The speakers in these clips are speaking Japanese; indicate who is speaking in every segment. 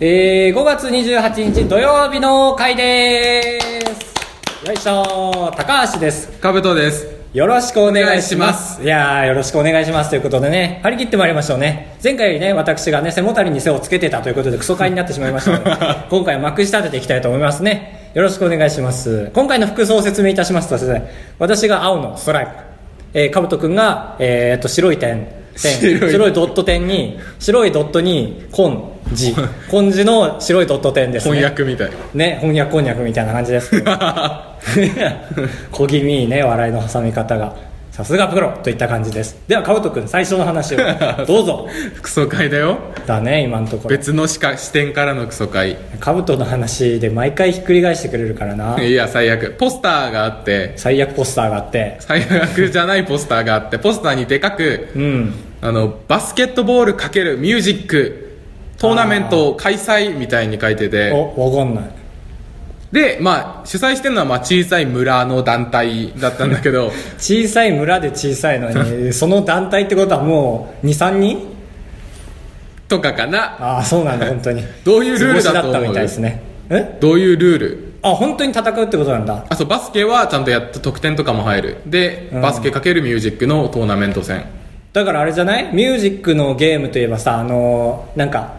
Speaker 1: えー、5月28日土曜日の回ですよいしょ高橋です
Speaker 2: カブトです。
Speaker 1: よろしくお願いしま
Speaker 2: お願いします
Speaker 1: いやーよろしくお願いしますということでね張り切ってまいりましょうね前回ね私がね背もたれに背をつけてたということでクソ会になってしまいました ので今回はまくし立てていきたいと思いますねよろしくお願いします今回の服装を説明いたしますとですね私が青のストライプえー、かぶとくんが、えー、っと白い点点
Speaker 2: 白い
Speaker 1: 白いドット点に白いドットに紺 字紺字の白いドット点ですね
Speaker 2: 翻訳みたい。
Speaker 1: ね翻訳こんにゃくみたいな感じですけど小気味いいね笑いの挟み方がさすがプロといった感じですではカブト君最初の話を どうぞ
Speaker 2: クソ会だよ。
Speaker 1: だね今のところ
Speaker 2: 別のしか視点からのクソ会。
Speaker 1: カブトの話で毎回ひっくり返してくれるからな
Speaker 2: いや、最悪。ポスターがあって、
Speaker 1: 最悪ポスターがあって
Speaker 2: 最悪じゃないポスターがあって、ポスターにでかく、
Speaker 1: うん
Speaker 2: あの、バスケットボールかけるミュージック、トーナメント開催みたいに書いてて、
Speaker 1: おわかんない
Speaker 2: で、まあ、主催してるのは、まあ、小さい村の団体だったんだけ ど、
Speaker 1: 小さい村で小さいの にその団体ってことはもう23人
Speaker 2: とかかな。
Speaker 1: ああそうなんだ本当に
Speaker 2: どういうルールだ
Speaker 1: 図星
Speaker 2: と
Speaker 1: だった
Speaker 2: 思
Speaker 1: み
Speaker 2: う
Speaker 1: たいですねえ
Speaker 2: どういうルール
Speaker 1: あ本当に戦うってことなんだ
Speaker 2: あそうバスケはちゃんとやった得点とかも入るで
Speaker 1: うん
Speaker 2: バスケかけるミュージックのトーナメント戦
Speaker 1: だからあれじゃないミュージックのゲームといえばさあのーなんか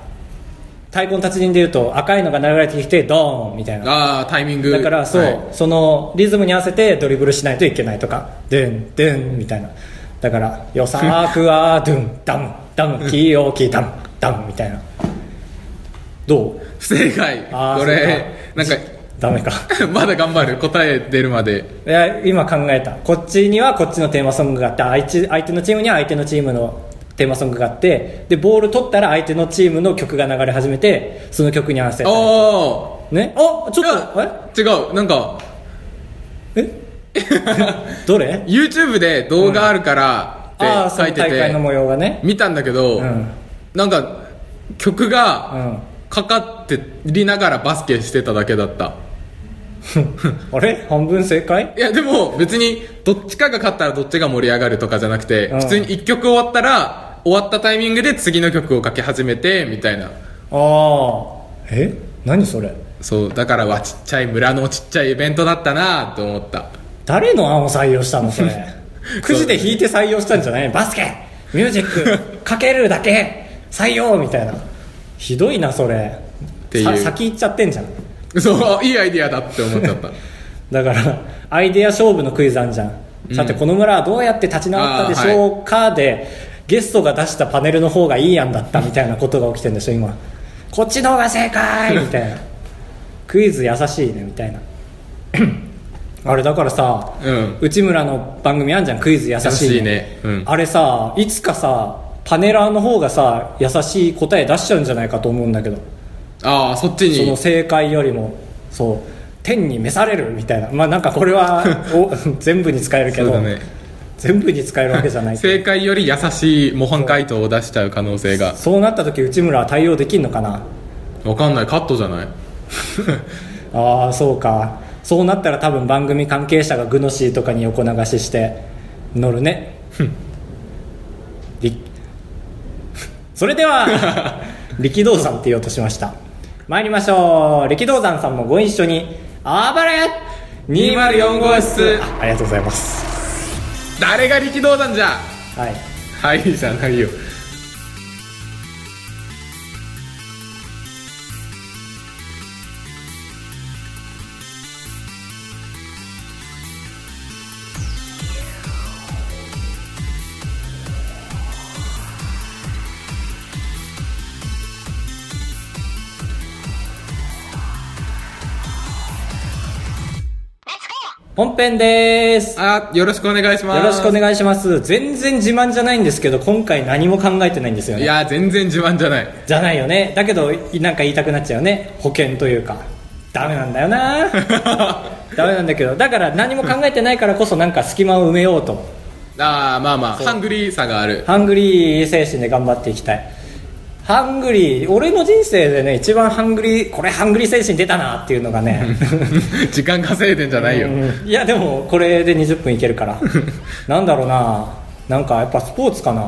Speaker 1: 太鼓の達人でいうと赤いのが流れてきてドーンみたいな
Speaker 2: ああタイミング
Speaker 1: だからそう、
Speaker 2: はい
Speaker 1: そのリズムに合わせてドリブルしないといけないとかドゥンドゥンみたいなだからよさーくはドゥンダムダムキーオーキーダムダムみたいなどう
Speaker 2: 不正解
Speaker 1: あー
Speaker 2: これなんか
Speaker 1: ダメか
Speaker 2: まだ頑張る答え出るまで
Speaker 1: いや今考えたこっちにはこっちのテーマソングがあって相手相手のチームには相手のチームのテーマソングがあってでボール取ったら相手のチームの曲が流れ始めてその曲に合わせ
Speaker 2: あ
Speaker 1: て
Speaker 2: あ
Speaker 1: ねあちょっとえ
Speaker 2: 違うなんか
Speaker 1: え どれ
Speaker 2: YouTube で動画あるから
Speaker 1: ああ
Speaker 2: って
Speaker 1: そ
Speaker 2: 書
Speaker 1: の
Speaker 2: いて
Speaker 1: 大会の
Speaker 2: て
Speaker 1: 模様がね
Speaker 2: 見たんだけど
Speaker 1: うん
Speaker 2: なんか曲
Speaker 1: う
Speaker 2: が
Speaker 1: ん
Speaker 2: かかってりながらバスケしてただけだった
Speaker 1: あれ半分正解
Speaker 2: いやでも別にどっちかが勝ったらどっちが盛り上がるとかじゃなくて、
Speaker 1: うん
Speaker 2: 普通に1曲終わったら終わったタイミングで次の曲をかけ始めてみたいな
Speaker 1: ああえ何それ
Speaker 2: そうだからはちっちゃい村のちっちゃいイベントだったなと思った
Speaker 1: 誰の案を採用したのそれくじで引いて採用したんじゃないバスケミュージックかけるだけ採用みたいなひどいなそれ
Speaker 2: てい
Speaker 1: さ
Speaker 2: う
Speaker 1: 先行っちゃってんじゃん
Speaker 2: そうあいいアイディアだって思っちゃった
Speaker 1: だからアイデア勝負のクイズあんじゃん、さてこの村はどうやって立ち直ったでしょうか、でゲストが出したパネルの方がいい案だったみたいなことが起きてるんでしょ今こっちの方が正解みたいなクイズ優しいねみたいな あれだからさ、
Speaker 2: うん
Speaker 1: 内村の番組あんじゃんクイズ優しいね
Speaker 2: 優しいねうん
Speaker 1: あれさいつかさパネラーの方がさ優しい答え出しちゃうんじゃないかと思うんだけど
Speaker 2: ああそっち
Speaker 1: その
Speaker 2: に
Speaker 1: 正解よりもそう天に召されるみたいなまあなんかこれ はお全部に使えるけ
Speaker 2: そう
Speaker 1: ど、
Speaker 2: だね
Speaker 1: 全部に使えるわけじゃないけど
Speaker 2: 正解より優しい模範解答を出しちゃう可能性が
Speaker 1: そうなった時内村は対応できるのかな
Speaker 2: わかんないカットじゃ ない
Speaker 1: ああそうかそうなったら多分番組関係者がグノシーとかに横流しして乗るねりそれでは力道山って言おうとしました参りましょう力道山さんもご一緒にあばれ
Speaker 2: 204号室
Speaker 1: あありがとうございます
Speaker 2: 誰が力道山じゃ
Speaker 1: はい
Speaker 2: はいじゃないよ
Speaker 1: 本編です
Speaker 2: あよろしくお願いします
Speaker 1: よろしくお願いします全然自慢じゃないんですけど今回何も考えてないんですよ
Speaker 2: い
Speaker 1: ね
Speaker 2: や全然自慢じゃない
Speaker 1: じゃないよねだけどいなんか言いたくなっちゃうよね保険というかダメなんだよなダメなんだけどだから何も考えてないからこそなんか隙間を埋めようと
Speaker 2: ああまあまあハングリーさがある
Speaker 1: ハングリー精神で頑張っていきたいハングリー俺の人生でね一番ハングリーこれハングリー精神出たなっていうのがね
Speaker 2: 時間稼いでんじゃないよ
Speaker 1: うんいやでもこれで20分いけるからなんだろうななんかやっぱスポーツかない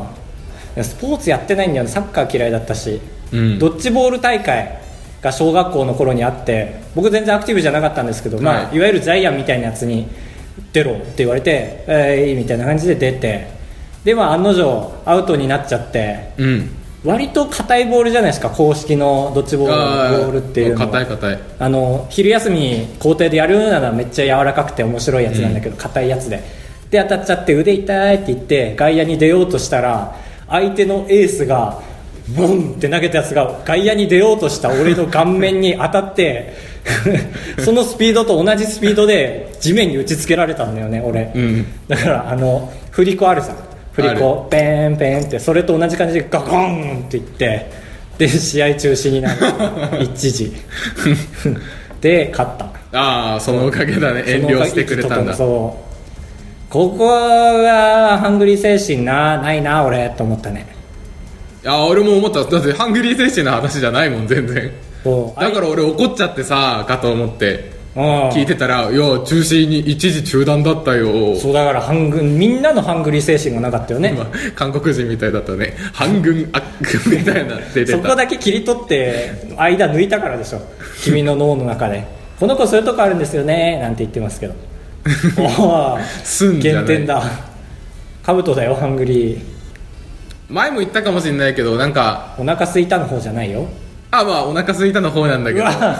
Speaker 1: やスポーツやってないんだよねサッカー嫌いだったし、
Speaker 2: うん
Speaker 1: ドッジボール大会が小学校の頃にあって僕全然アクティブじゃなかったんですけど、まあ
Speaker 2: はい
Speaker 1: いわゆるジャイアンみたいなやつに出ろって言われて、えーいいみたいな感じで出てでまあ案の定アウトになっちゃって
Speaker 2: うん
Speaker 1: 割と硬いボールじゃないですか公式のドッジボールのボールっていうのは
Speaker 2: 硬い硬い
Speaker 1: あの昼休みに校庭でやるようなのはめっちゃ柔らかくて面白いやつなんだけど硬、いやつでで当たっちゃって腕痛いって言って外野に出ようとしたら相手のエースがボンって投げたやつが外野に出ようとした俺の顔面に当たって そのスピードと同じスピードで地面に打ちつけられたんだよね俺、
Speaker 2: うん
Speaker 1: だからあの振り子あるさ振り子ペンペンってそれと同じ感じでガコンっていってで試合中止にな る一時で勝った
Speaker 2: ああそのおかげだね遠慮してくれたんだ
Speaker 1: そのそうここはハングリー精神なないな俺と思ったね
Speaker 2: あ俺も思っただってハングリー精神の話じゃないもん全然
Speaker 1: そう
Speaker 2: だから俺怒っちゃってさかと思って
Speaker 1: ら
Speaker 2: 聞いてたら「いや中止に一時中断だったよ」
Speaker 1: そうだからハングみんなのハングリー精神がなかったよね
Speaker 2: 今韓国人みたいだったね半軍あっくみたいな出てた
Speaker 1: そこだけ切り取って間抜いたからでしょ君の脳の中でこの子そういうとこあるんですよねなんて言ってます けどお
Speaker 2: すんじゃな
Speaker 1: 減点
Speaker 2: い
Speaker 1: だ兜だよハングリー
Speaker 2: 前も言ったかもしれないけどなんか
Speaker 1: お腹すいたの方じゃないよ
Speaker 2: あまあお腹空いたの方なんだ
Speaker 1: う
Speaker 2: けど
Speaker 1: わ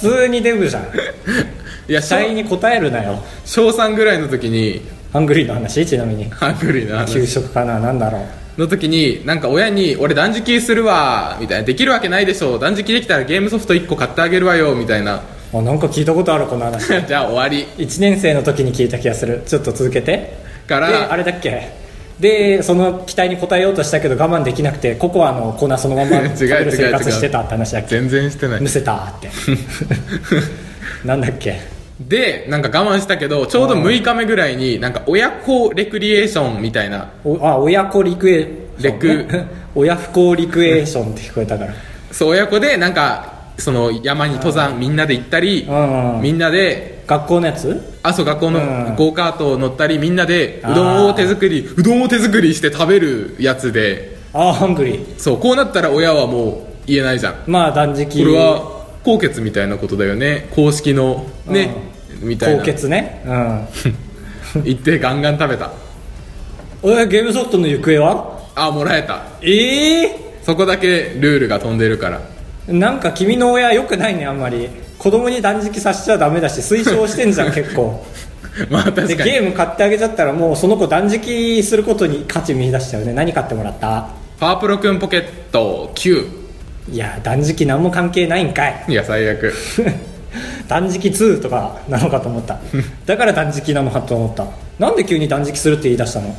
Speaker 1: 普通にデブじゃん
Speaker 2: いや
Speaker 1: 期待に応えるなよ
Speaker 2: 小3ぐらいの時に
Speaker 1: ハングリーの話ちなみに
Speaker 2: ハングリーな話
Speaker 1: 給食かななんだろう
Speaker 2: の時になんか親に「俺断食するわ」みたいな「できるわけないでしょ断食できたらゲームソフト1個買ってあげるわよ」みたいな
Speaker 1: あなんか聞いたことあるこの話
Speaker 2: じゃあ終わり
Speaker 1: 1年生の時に聞いた気がするちょっと続けて
Speaker 2: か
Speaker 1: で
Speaker 2: ら
Speaker 1: あれだっけでその期待に応えようとしたけど我慢できなくてココアの粉そのま
Speaker 2: 違う
Speaker 1: ま食べる生
Speaker 2: 違う違
Speaker 1: 活
Speaker 2: う
Speaker 1: してたって話だっけ
Speaker 2: 全然してない
Speaker 1: むせたって なんだっけ
Speaker 2: でなんか我慢したけどちょうど6日目ぐらいになんか親子レクリエーションみたいな
Speaker 1: おあ親子リクエ
Speaker 2: レク
Speaker 1: 親不幸リクエーションって聞こえたから
Speaker 2: そう親子でなんかその山に登山みんなで行ったり
Speaker 1: うん
Speaker 2: みんなで
Speaker 1: 学校のやつ
Speaker 2: あそう学校
Speaker 1: う
Speaker 2: の
Speaker 1: ん
Speaker 2: ゴーカートを乗ったりみんなで
Speaker 1: あー
Speaker 2: うどんを手作りうどんを手作りして食べるやつで
Speaker 1: ああハングリー
Speaker 2: そうこうなったら親はもう言えないじゃんこ
Speaker 1: まあ断食
Speaker 2: れは高血みたいなことだよね公式のねみたい
Speaker 1: 高
Speaker 2: な
Speaker 1: 血ねう
Speaker 2: 行ってガンガン食べた
Speaker 1: んえゲームソフトの行方は
Speaker 2: あもらえた
Speaker 1: ええ
Speaker 2: そこだけルールが飛んでるから
Speaker 1: なんか君の親良くないねあんまり子供に断食させちゃダメだし推奨してんじゃ ん結構
Speaker 2: まあ
Speaker 1: で
Speaker 2: 確かに
Speaker 1: ゲーム買ってあげちゃったらもうその子断食することに価値見出しちゃうね何買ってもらった
Speaker 2: パワープロくんポケット9
Speaker 1: いや断食何も関係ないんかい
Speaker 2: いや最悪
Speaker 1: 断食2とかなのかと思 っただから断食なのかと思ったなんで急に断食するって言い出したの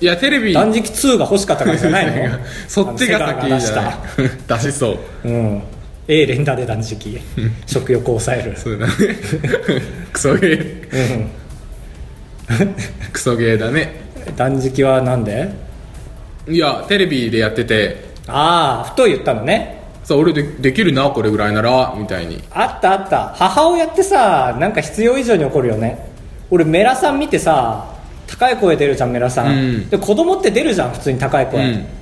Speaker 2: いやテレビ
Speaker 1: 断食2が欲しかったからじゃないの
Speaker 2: そっちが
Speaker 1: あ
Speaker 2: 先
Speaker 1: の
Speaker 2: じ
Speaker 1: セガ
Speaker 2: ゃ
Speaker 1: が
Speaker 2: ない 出しそう
Speaker 1: 出したうん A 連打で断食食欲を抑える
Speaker 2: そうだね クソゲークソゲーだね
Speaker 1: うん断食はなんで
Speaker 2: いやテレビでやってて
Speaker 1: ああふと言ったのね
Speaker 2: そう俺でできるなこれぐらいならみたいに
Speaker 1: あったあった母親ってさなんか必要以上に怒るよね俺メラさん見てさ高い声出るじゃんメラさん、
Speaker 2: うん
Speaker 1: で子供って出るじゃん普通に高い声、
Speaker 2: うん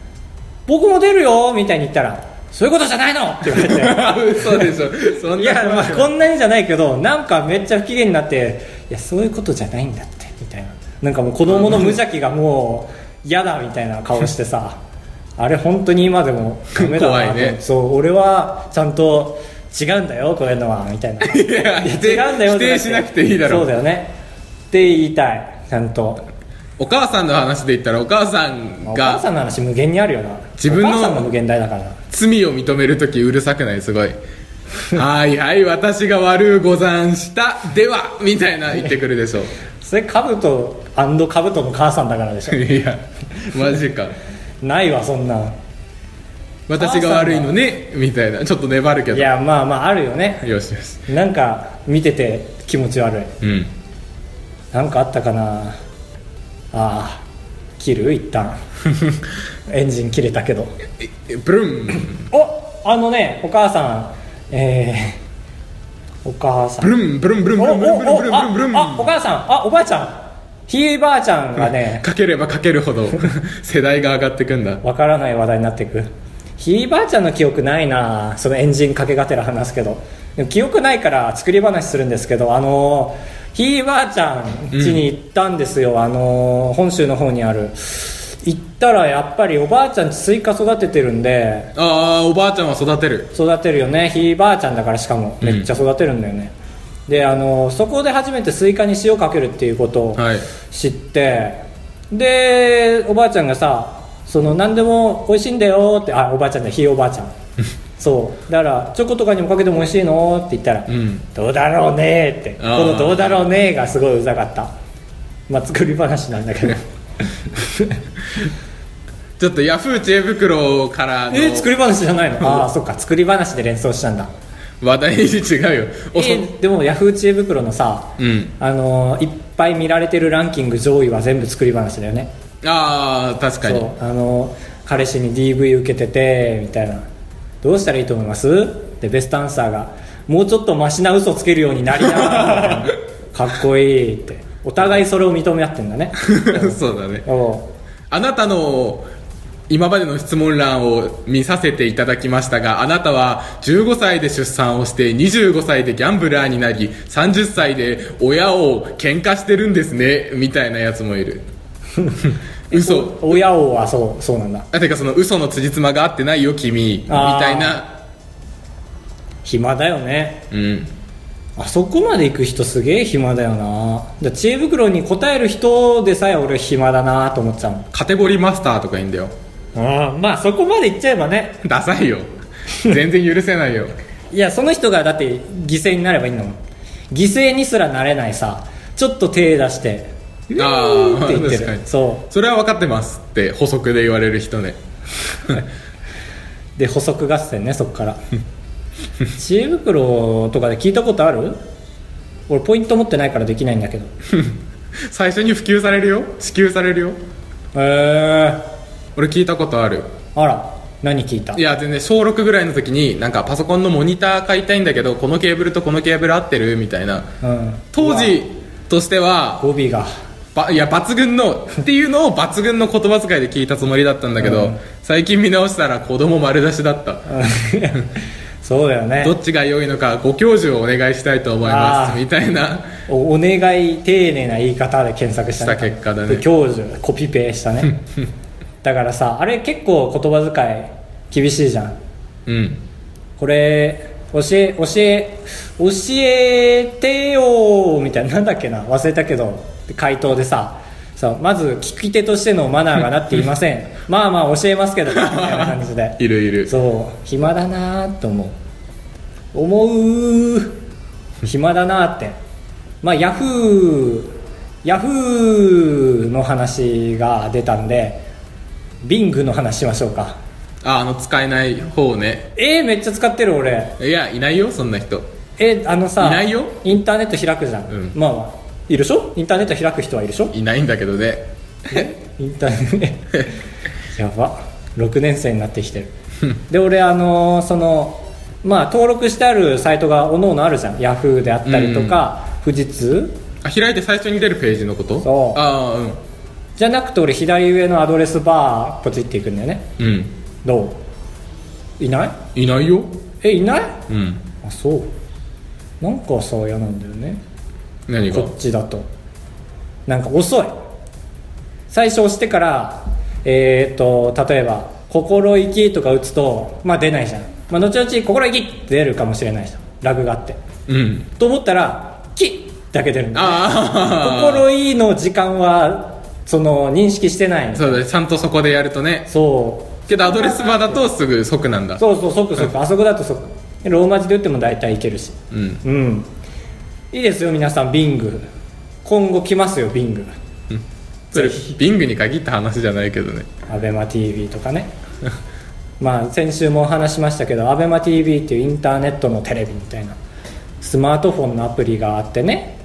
Speaker 1: 僕も出るよみたいに言ったらそういうことじゃないのって言われ て
Speaker 2: 嘘でしょそんない
Speaker 1: や、まあ、こんなにじゃないけどなんかめっちゃ不機嫌になっていやそういうことじゃないんだってみたいななんかもう子供の無邪気がもう嫌だみたいな顔して さあれ本当に今でもダメだなと
Speaker 2: 怖いね
Speaker 1: そう俺はちゃんと違うんだよこういうのはみた いない
Speaker 2: や
Speaker 1: 違
Speaker 2: 否定
Speaker 1: うんだよ
Speaker 2: 否定しなくていいだろ
Speaker 1: そうだよねって言いたいちゃんと
Speaker 2: お母さんの話で言ったらお母さん
Speaker 1: お母さ
Speaker 2: が
Speaker 1: んの話無限にあるよな
Speaker 2: 自分の
Speaker 1: お母さんが無限大だからな
Speaker 2: 罪を認める時うるさくないすごいはいはい私が悪うござんしたではみたいな言ってくるでしょ
Speaker 1: それカブトカブトの母さんだからでしょ
Speaker 2: いやマジか
Speaker 1: ないわそんなん
Speaker 2: 私が悪いのねみたいなちょっと粘るけ
Speaker 1: い
Speaker 2: ど
Speaker 1: やまあまああるよね
Speaker 2: よしよし
Speaker 1: なんか見てて気持ち悪い
Speaker 2: うん
Speaker 1: なんかあったかなああ切る一旦エンジン切れたけど
Speaker 2: ええブルン
Speaker 1: おあのねお母さんえー、お母さん
Speaker 2: ブルンブルンブルン
Speaker 1: お
Speaker 2: ブ
Speaker 1: お
Speaker 2: ルンブルンブルンブル
Speaker 1: お
Speaker 2: ンブルン
Speaker 1: ああお母さんあおばあちゃんひいばあちゃんがね
Speaker 2: かければかけるほど世代が上がってくんだ
Speaker 1: わからない話題になっていくひいばあちゃんの記憶ないなそのエンジンかけがてら話すけどでも記憶ないから作り話するんですけどあのひいばあちゃん家に行ったんですよ、あの本州の方にある行ったらやっぱりおばあちゃんちスイカ育ててるんで
Speaker 2: ああおばあちゃんは育てる
Speaker 1: 育てるよねひいばあちゃんだからしかも
Speaker 2: うん
Speaker 1: めっちゃ育てるんだよね、であのそこで初めてスイカに塩かけるっていうことを
Speaker 2: はい
Speaker 1: 知って、でおばあちゃんがさその何でも美味しいんだよってあおばあちゃんだひいおばあち ゃんそうだからチョコとかにもかけても美味しいのって言ったら、
Speaker 2: うん
Speaker 1: どうだろうねってこ
Speaker 2: あー
Speaker 1: の「どうだろうね」がすごいうざかったまあ作り話なんだけ ど
Speaker 2: ちょっとヤフー知恵袋からの
Speaker 1: え作り話じゃないのああそっか作り話で連想したんだ
Speaker 2: 話題に違うよおそ
Speaker 1: えでもヤフー知恵袋のさ、
Speaker 2: うん
Speaker 1: あのーいっぱい見られてるランキング上位は全部作り話だよね
Speaker 2: ああ確か
Speaker 1: そ
Speaker 2: に
Speaker 1: うあのー彼氏に DV 受けててみたいなどうしたらいいと思いますでベストアンサーがもうちょっとマシな嘘つけるようになりな がらかっこいいってお互いそれを認め合ってんだ ね
Speaker 2: そうだね
Speaker 1: おう
Speaker 2: あなたの今までの質問欄を見させていただきましたがあなたは15歳で出産をして25歳でギャンブラーになり30歳で親を喧嘩してるんですねみたいなやつも いる嘘
Speaker 1: 親王はそうそうなんだ
Speaker 2: あてかその嘘の辻褄が合ってないよ君み
Speaker 1: あー
Speaker 2: たいな
Speaker 1: 暇だよね
Speaker 2: うん
Speaker 1: あそこまで行く人すげえ暇だよなだ知恵袋に答える人でさえ俺暇だなと思っちゃうもん
Speaker 2: カテゴリーマスターとかいいんだよ
Speaker 1: あーまあそこまでいっちゃえばね
Speaker 2: ダサいよ全然許せないよ
Speaker 1: いやその人がだって犠牲になればいいんだもん犠牲にすらなれないさちょっと手出してうーんって言って
Speaker 2: 確かに
Speaker 1: るそ
Speaker 2: それは分かってますって補足で言われる人ね
Speaker 1: うで補足合戦ねそっから 知恵袋とかで聞いたことある俺ポイント持ってないからできないんだけど
Speaker 2: 最初に普及されるよ支給されるよ
Speaker 1: へえ
Speaker 2: 俺聞いたことある
Speaker 1: あら何聞いた
Speaker 2: いや全然小6ぐらいの時になんかパソコンのモニター買いたいんだけどこのケーブルとこのケーブル合ってるみたいな
Speaker 1: うん
Speaker 2: 当時としては
Speaker 1: 語尾が
Speaker 2: ばいや抜群のっていうのを抜群の言葉遣いで聞いたつもりだったんだけど、
Speaker 1: うん
Speaker 2: 最近見直したら子供丸出しだった
Speaker 1: うん そうだよね
Speaker 2: どっちが良いのかご教授をお願いしたいと思いま
Speaker 1: あ
Speaker 2: す
Speaker 1: ー
Speaker 2: みたいな
Speaker 1: おお願い丁寧な言い方で検索した,、
Speaker 2: した結果だ
Speaker 1: で
Speaker 2: ね
Speaker 1: 教授コピペした ねだからさあれ結構言葉遣い厳しいじゃん
Speaker 2: うん
Speaker 1: これ教え教え教えてよーみたいななんだっけな忘れたけど回答でささまず聞き手としてのマナーがなっていませ んまあまあ教えますけどみたいな感じで
Speaker 2: いるいる
Speaker 1: そう暇だなーと思う思う暇だなーってまあヤフーヤフーの話が出たんでビングの話しましょうか
Speaker 2: ああの使えない方ね
Speaker 1: えー、めっちゃ使ってる俺
Speaker 2: いやいないよそんな人
Speaker 1: えー、あのさ
Speaker 2: いないよ
Speaker 1: インターネット開くじゃん、
Speaker 2: うん
Speaker 1: まあまあいるでしょインターネット開く人はいるでしょ
Speaker 2: いないんだけどね
Speaker 1: インターネット やば6年生になってきてるで俺あのーそのまあ登録してあるサイトがおのおのあるじゃんヤフーであったりとか、富士通
Speaker 2: あ開いて最初に出るページのこと
Speaker 1: そう
Speaker 2: ああうん
Speaker 1: じゃなくて俺左上のアドレスバーポチっていくんだよね
Speaker 2: うん
Speaker 1: どういない
Speaker 2: いないよ
Speaker 1: えいない
Speaker 2: うん
Speaker 1: あそうなんかさ嫌なんだよね
Speaker 2: 何が
Speaker 1: こっちだとなんか遅い最初押してからえっ、と例えば「心意気」とか打つとまあ出ないじゃん、まあ、後々「心意気」って出るかもしれないじゃんラグがあって
Speaker 2: うん
Speaker 1: と思ったら「き」だけ出るんだ
Speaker 2: ああ
Speaker 1: 心意気の時間はその認識してない
Speaker 2: そうだねちゃんとそこでやるとね
Speaker 1: そう
Speaker 2: けどアドレスバーだとすぐ即なんだ
Speaker 1: そうそう即即あそこだと即ローマ字で打っても大体いけるし
Speaker 2: うん
Speaker 1: うんいいですよ皆さんビング今後来ますよビング
Speaker 2: それビングに限った話じゃないけどね
Speaker 1: アベマ t v とかね まあ先週もお話しましたけどアベマ t v っていうインターネットのテレビみたいなスマートフォンのアプリがあってね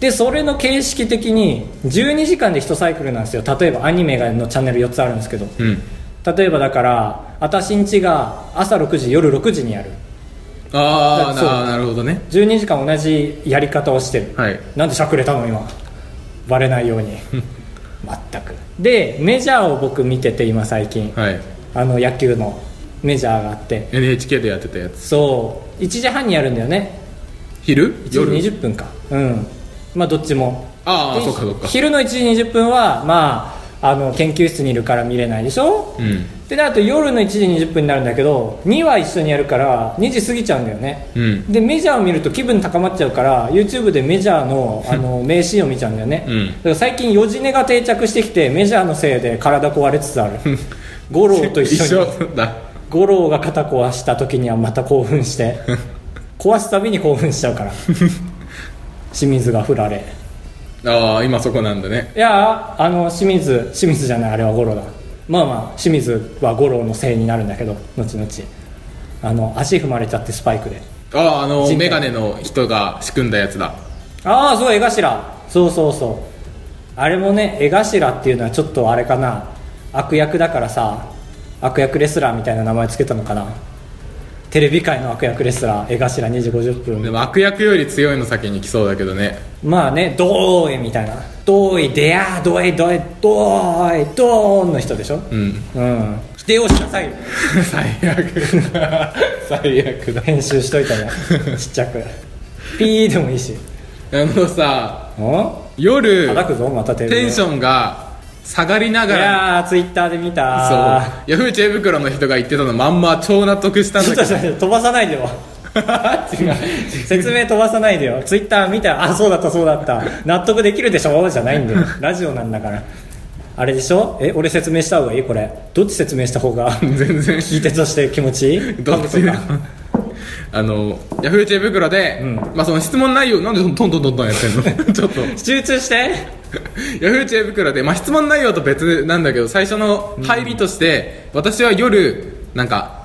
Speaker 1: でそれの形式的に12時間で1サイクルなんですよ例えばアニメのチャンネル4つあるんですけど
Speaker 2: うん
Speaker 1: 例えばだから私んちが朝6時夜6時にやる
Speaker 2: ああ
Speaker 1: そう
Speaker 2: ななるほどね
Speaker 1: 12時間同じやり方をしてる、
Speaker 2: はい
Speaker 1: なんでしゃくれたの今バレないように全くでメジャーを僕見てて今最近
Speaker 2: はい
Speaker 1: あの野球のメジャーがあって
Speaker 2: NHK でやってたやつ
Speaker 1: そう1時半にやるんだよね
Speaker 2: 昼
Speaker 1: 1時
Speaker 2: 夜
Speaker 1: 20分かうんまあどっちも
Speaker 2: ああ
Speaker 1: で
Speaker 2: そうかそうか
Speaker 1: 昼の1時20分はまああの研究室にいるから見れないでしょ
Speaker 2: うん
Speaker 1: であと夜の1時20分になるんだけど2は一緒にやるから2時過ぎちゃうんだよね
Speaker 2: うん
Speaker 1: でメジャーを見ると気分高まっちゃうから YouTube でメジャー のあの名シーンを見ちゃうんだよね、
Speaker 2: うん
Speaker 1: だから最近よじ寝が定着してきてメジャーのせいで体壊れつつ ある五郎と一緒に
Speaker 2: だ
Speaker 1: 五郎が肩壊した時にはまた興奮して壊すたびに興奮しちゃうから清水が振られ
Speaker 2: ああ今そこなんだね
Speaker 1: いやーあの清水清水じゃないあれは五郎だまあまあ清水は五郎のせいになるんだけど後々あの足踏まれちゃってスパイクで
Speaker 2: あああの
Speaker 1: 人体
Speaker 2: メガネの人が仕組んだやつだ
Speaker 1: ああそう絵頭そうそうそうあれもね絵頭っていうのはちょっとあれかな悪役だからさ悪役レスラーみたいな名前つけたのかなテレビ界の悪役レスラー絵頭2時50分
Speaker 2: でも悪役より強いの先に来そうだけどね
Speaker 1: まあねドーイみたいなドーイデアードーイドーイドーイドーンの人でしょ
Speaker 2: うん
Speaker 1: うん否定をしなさいよ
Speaker 2: 最悪 だ最悪だ
Speaker 1: 編集しといたね ちっちゃくピーでもいいし
Speaker 2: あのさ
Speaker 1: うん
Speaker 2: 夜
Speaker 1: 叩くぞまたテレビ
Speaker 2: テンションが下がりないがら
Speaker 1: やーツイッターで見
Speaker 2: そう
Speaker 1: た
Speaker 2: ヤフー知恵袋の人が言ってたのまんま超納得したん
Speaker 1: ちょ
Speaker 2: だ
Speaker 1: っと
Speaker 2: けど
Speaker 1: ちょっと飛ばさない でよ説明飛ばさないでよツイッター見たらあそうだったそうだった納得できるでしょじゃないんだよラジオなんだからあれでしょえ俺説明した方がいいこれどっち説明した方が
Speaker 2: 全然
Speaker 1: 聞いてとして気持ちいい
Speaker 2: どっち
Speaker 1: か
Speaker 2: だあのヤフー知恵袋で、
Speaker 1: ん
Speaker 2: まあ、その質問内容なんでトントントントンやってんの ちょっと
Speaker 1: 集中して
Speaker 2: ヤフー知恵袋で、まあ、質問内容と別なんだけど最初の入りとして、私は夜なんか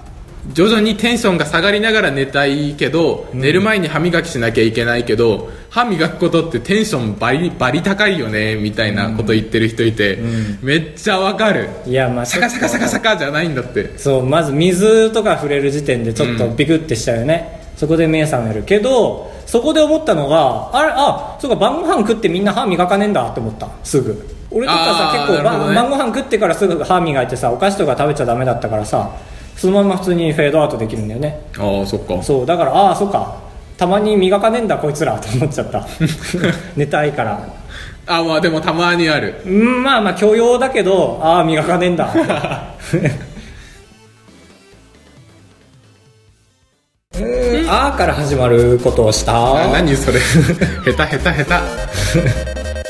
Speaker 2: 徐々にテンションが下がりながら寝たいけど、寝る前に歯磨きしなきゃいけないけど歯磨くことってテンションバリバリ高いよねみたいなこと言ってる人いて、めっちゃわかる
Speaker 1: いやまあ
Speaker 2: サカサカサカサカじゃないんだって
Speaker 1: そうまず水とか触れる時点でちょっとビクってしちゃうよね、そこで目覚めるけどそこで思ったのがあれあそうか晩ご飯食ってみんな歯磨かねえんだって思ったすぐ俺とかさ
Speaker 2: あー
Speaker 1: 結構
Speaker 2: なるほ
Speaker 1: 晩,、
Speaker 2: どね
Speaker 1: 晩ご飯食ってからすぐ歯磨いてさお菓子とか食べちゃダメだったからさそのまま普通にフェードアウトできるんだよね
Speaker 2: ああそっか
Speaker 1: そうだからああそうかたまに磨かねえんだこいつらと思っちゃ った寝たいから
Speaker 2: あまあでもたまにある
Speaker 1: うんまあまあ許容だけどああ磨かねえんだうんあーから始まることをした
Speaker 2: あ
Speaker 1: お
Speaker 2: 何そ れ下手下手 下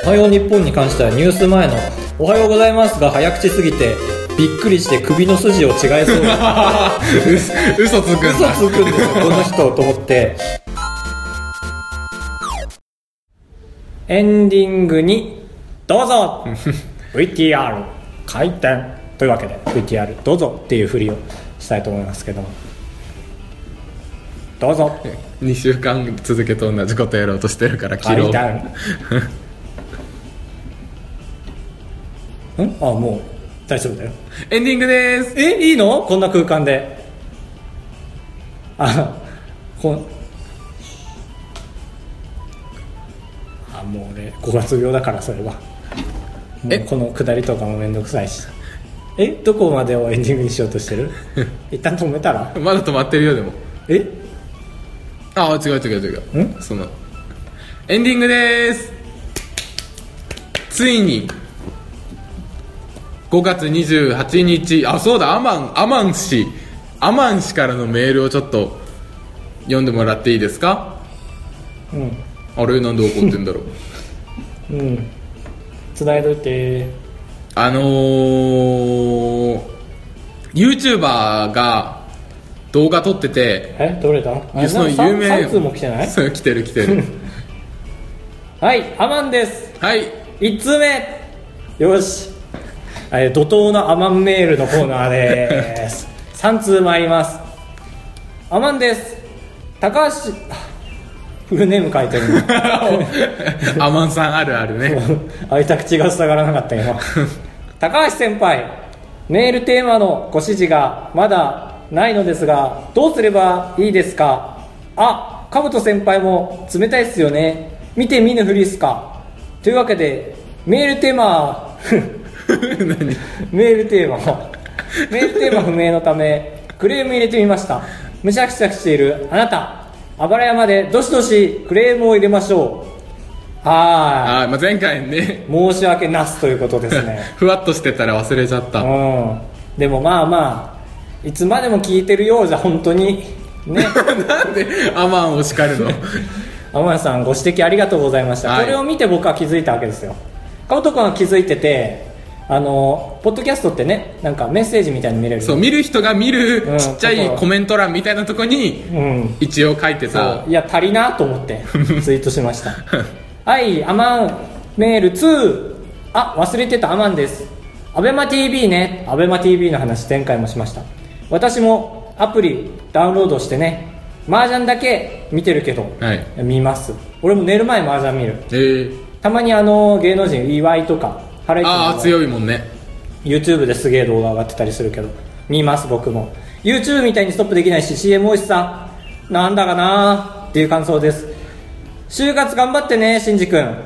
Speaker 1: はよう日本に関してはニュース前のおはようございますが早口すぎてびっくりして首の筋を違えそうだ
Speaker 2: 手嘘嘘つくんだ
Speaker 1: 嘘つくんですよこの人と思ってエンディングにどうぞ VTR 開店というわけで VTR どうぞっていうふりをしたいと思いますけどもどうぞ
Speaker 2: 2週間続けと同じことやろうとしてるから切ろ
Speaker 1: 開
Speaker 2: う
Speaker 1: 店んあもう大丈夫だよ
Speaker 2: エンディングです
Speaker 1: えいいのこんな空間であこんあもう俺五月病だからそれはも
Speaker 2: え
Speaker 1: うこの下りとかもめんどくさいしえどこまでをエンディングにしようとして る一旦止めたら
Speaker 2: まだ止まってるよでも
Speaker 1: え
Speaker 2: ああ違う違う違うんそのエンディングですついに5月28日あそうだアマンアマン氏アマン氏からのメールをちょっと読んでもらっていいですか
Speaker 1: うん
Speaker 2: あれなんで怒ってんだろう
Speaker 1: うん伝えといて
Speaker 2: あのー、YouTuber が動画撮ってて
Speaker 1: えどれだあれ
Speaker 2: その
Speaker 1: なさん
Speaker 2: 有名
Speaker 1: 三通も来てない
Speaker 2: そう来てる来て る
Speaker 1: はいアマンです
Speaker 2: はい
Speaker 1: 1通目よしえー怒涛のアマンメールのコーナーです 3通参りますアマンです高橋あフルネーム書いてるの
Speaker 2: アマンさんあるあるね
Speaker 1: 開いた口が塞がらなかった今高橋先輩メールテーマのご指示がまだないのですがどうすればいいですかあかぶと先輩も冷たいっすよね見て見ぬふりっすかというわけでメールテー マメールテーマメールテーマ不明のためクレーム入れてみましたむしゃくしゃしているあなたあばら山でどしどしクレームを入れましょうは
Speaker 2: あー、まあ、前回ね
Speaker 1: ーい申し訳なすということです ね
Speaker 2: ふわっとしてたら忘れちゃった
Speaker 1: うんでもまあまあいつまでも聞いてるようじゃ本当にね
Speaker 2: なんでアマンを叱るの
Speaker 1: 天野さんご指摘ありがとうございました、
Speaker 2: はい
Speaker 1: これを見て僕は気づいたわけですよ顔とかが気づいててあのポッドキャストってねなんかメッセージみたいに見れる
Speaker 2: そう見る人が見
Speaker 1: う
Speaker 2: る
Speaker 1: ん
Speaker 2: ちっちゃいコメント欄みたいなとこに
Speaker 1: うん
Speaker 2: 一応書いて
Speaker 1: そ
Speaker 2: さ
Speaker 1: ういや足りなと思ってツイートしました 「はいアマンメール2」あ忘れてたアマンです「アベマ t v ね「アベマ t v の話前回もしました私もアプリダウンロードしてね麻雀だけ見てるけど、
Speaker 2: はい
Speaker 1: 見ます俺も寝る前麻雀見る
Speaker 2: えー、
Speaker 1: たまにあの芸能人岩井とか原市
Speaker 2: ああ
Speaker 1: とか
Speaker 2: 強いもんね
Speaker 1: YouTube ですげえ動画上がってたりするけど見ます僕も YouTube みたいにストップできないし CM 多いしさなんだかなーっていう感想です就活頑張ってねしんじくん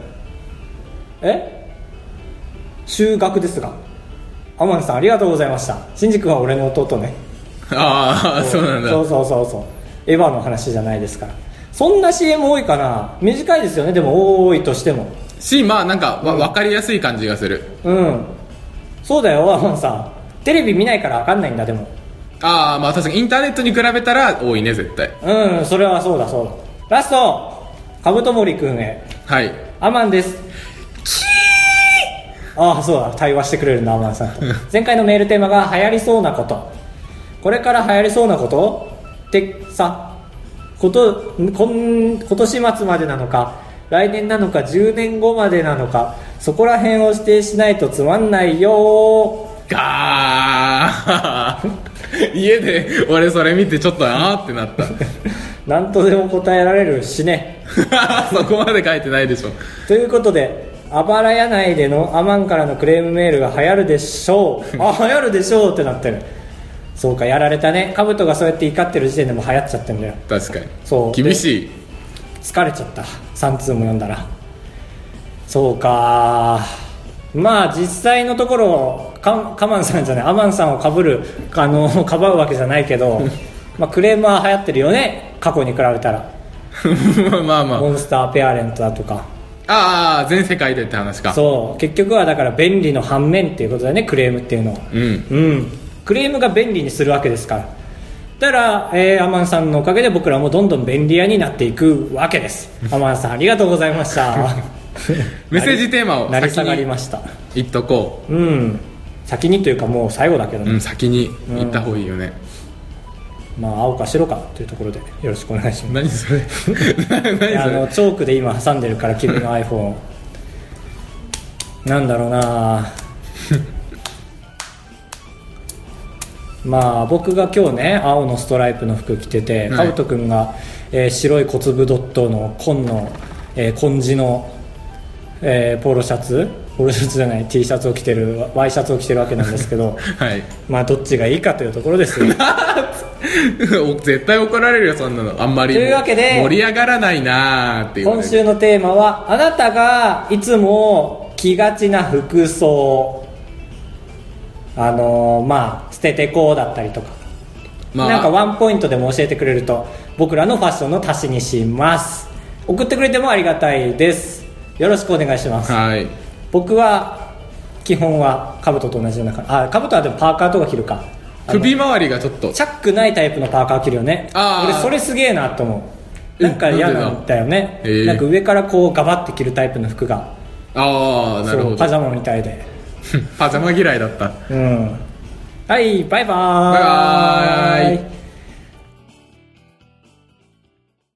Speaker 1: え就学ですがアマンさんありがとうございましたしんじくんは俺の弟ね
Speaker 2: ああそうなんだ
Speaker 1: そうそうそうそうエヴァの話じゃないですからそんな CM 多いかな短いですよねでも多いとしても
Speaker 2: しまあなんかわ分かりやすい感じがする
Speaker 1: うんそうだよアマンさんテレビ見ないから分かんないんだでも
Speaker 2: ああまあ確かにインターネットに比べたら多いね絶対
Speaker 1: うんそれはそうだそうだラストカブトモリ君へ
Speaker 2: はい
Speaker 1: アマンですああそうだ対話してくれるんだアマンさんと前回のメールテーマが流行りそうなことこれから流行りそうなことってさことこん今年末までなのか来年なのか10年後までなのかそこら辺を指定しないとつまんないよ
Speaker 2: ガー 家で俺それ見てちょっとあーってなった
Speaker 1: なんとでも答えられるしね
Speaker 2: そこまで書いてないでしょ
Speaker 1: ということであばら屋内でのアマンからのクレームメールが流行るでしょうあ流行るでしょうってなってるそうかやられたねカブトがそうやって怒ってる時点でもう流行っちゃってんだよ
Speaker 2: 確かに
Speaker 1: そう
Speaker 2: 厳しい
Speaker 1: 疲れちゃった3通も読んだらそうかまあ実際のところカカマンさんじゃないアマンさんをかぶるあの かばうわけじゃないけどまあクレームは流行ってるよね過去に比べたら
Speaker 2: まあまあ
Speaker 1: モンスターペアレントだとか
Speaker 2: ああ全世界でって話か
Speaker 1: そう結局はだから便利の反面っていうことだよねクレームっていうのは
Speaker 2: うん
Speaker 1: うんクレームが便利にするわけですからだから、えーアマンさんのおかげで僕らもどんどん便利屋になっていくわけですアマンさんありがとうございました
Speaker 2: メッセージテーマを
Speaker 1: 成り
Speaker 2: 先
Speaker 1: 下がり
Speaker 2: に
Speaker 1: ました
Speaker 2: 言っとこ
Speaker 1: うん先にというかもう最後だけど
Speaker 2: う
Speaker 1: ね、
Speaker 2: うん先に言った方がいいよね、
Speaker 1: まあ青か白かというところでよろしくお願いします
Speaker 2: 何それ 何そ
Speaker 1: い
Speaker 2: れ
Speaker 1: やあのチョークで今挟んでるから君の iPhone をなんだろうな まあ僕が今日ね青のストライプの服着てて、
Speaker 2: はい
Speaker 1: カブト君が、えー白い小粒ドットの紺の、えー紺地の、えーポロシャツポロシャツじゃない T シャツを着てるワイシャツを着てるわけなんですけ ど
Speaker 2: はい
Speaker 1: まあどっちがいいかというところですよ
Speaker 2: お絶対怒られるよそんなのあんまり
Speaker 1: というわけで
Speaker 2: 盛り上がらないなーっていうね
Speaker 1: 今週のテーマはあなたがいつも着がちな服装あのーまあ捨ててこうだったりとか、
Speaker 2: まあ
Speaker 1: なんかワンポイントでも教えてくれると僕らのファッションの足しにします送ってくれてもありがたいですよろしくお願いします
Speaker 2: はい
Speaker 1: 僕は基本は兜と同じような感じあ兜はでもパーカーとか着るかあの
Speaker 2: 首周りがちょっと
Speaker 1: チャックないタイプのパーカー着るよね
Speaker 2: あー
Speaker 1: 俺それすげえなと思う
Speaker 2: え
Speaker 1: なんか嫌なんだよね
Speaker 2: なんでだへえ
Speaker 1: なんか上からこうガバって着るタイプの服が
Speaker 2: ああなる
Speaker 1: そ
Speaker 2: ほ
Speaker 1: うパ
Speaker 2: ど
Speaker 1: ジャマみたいで
Speaker 2: パジャマ嫌いだった
Speaker 1: うんはいバイバー
Speaker 2: バイバーイ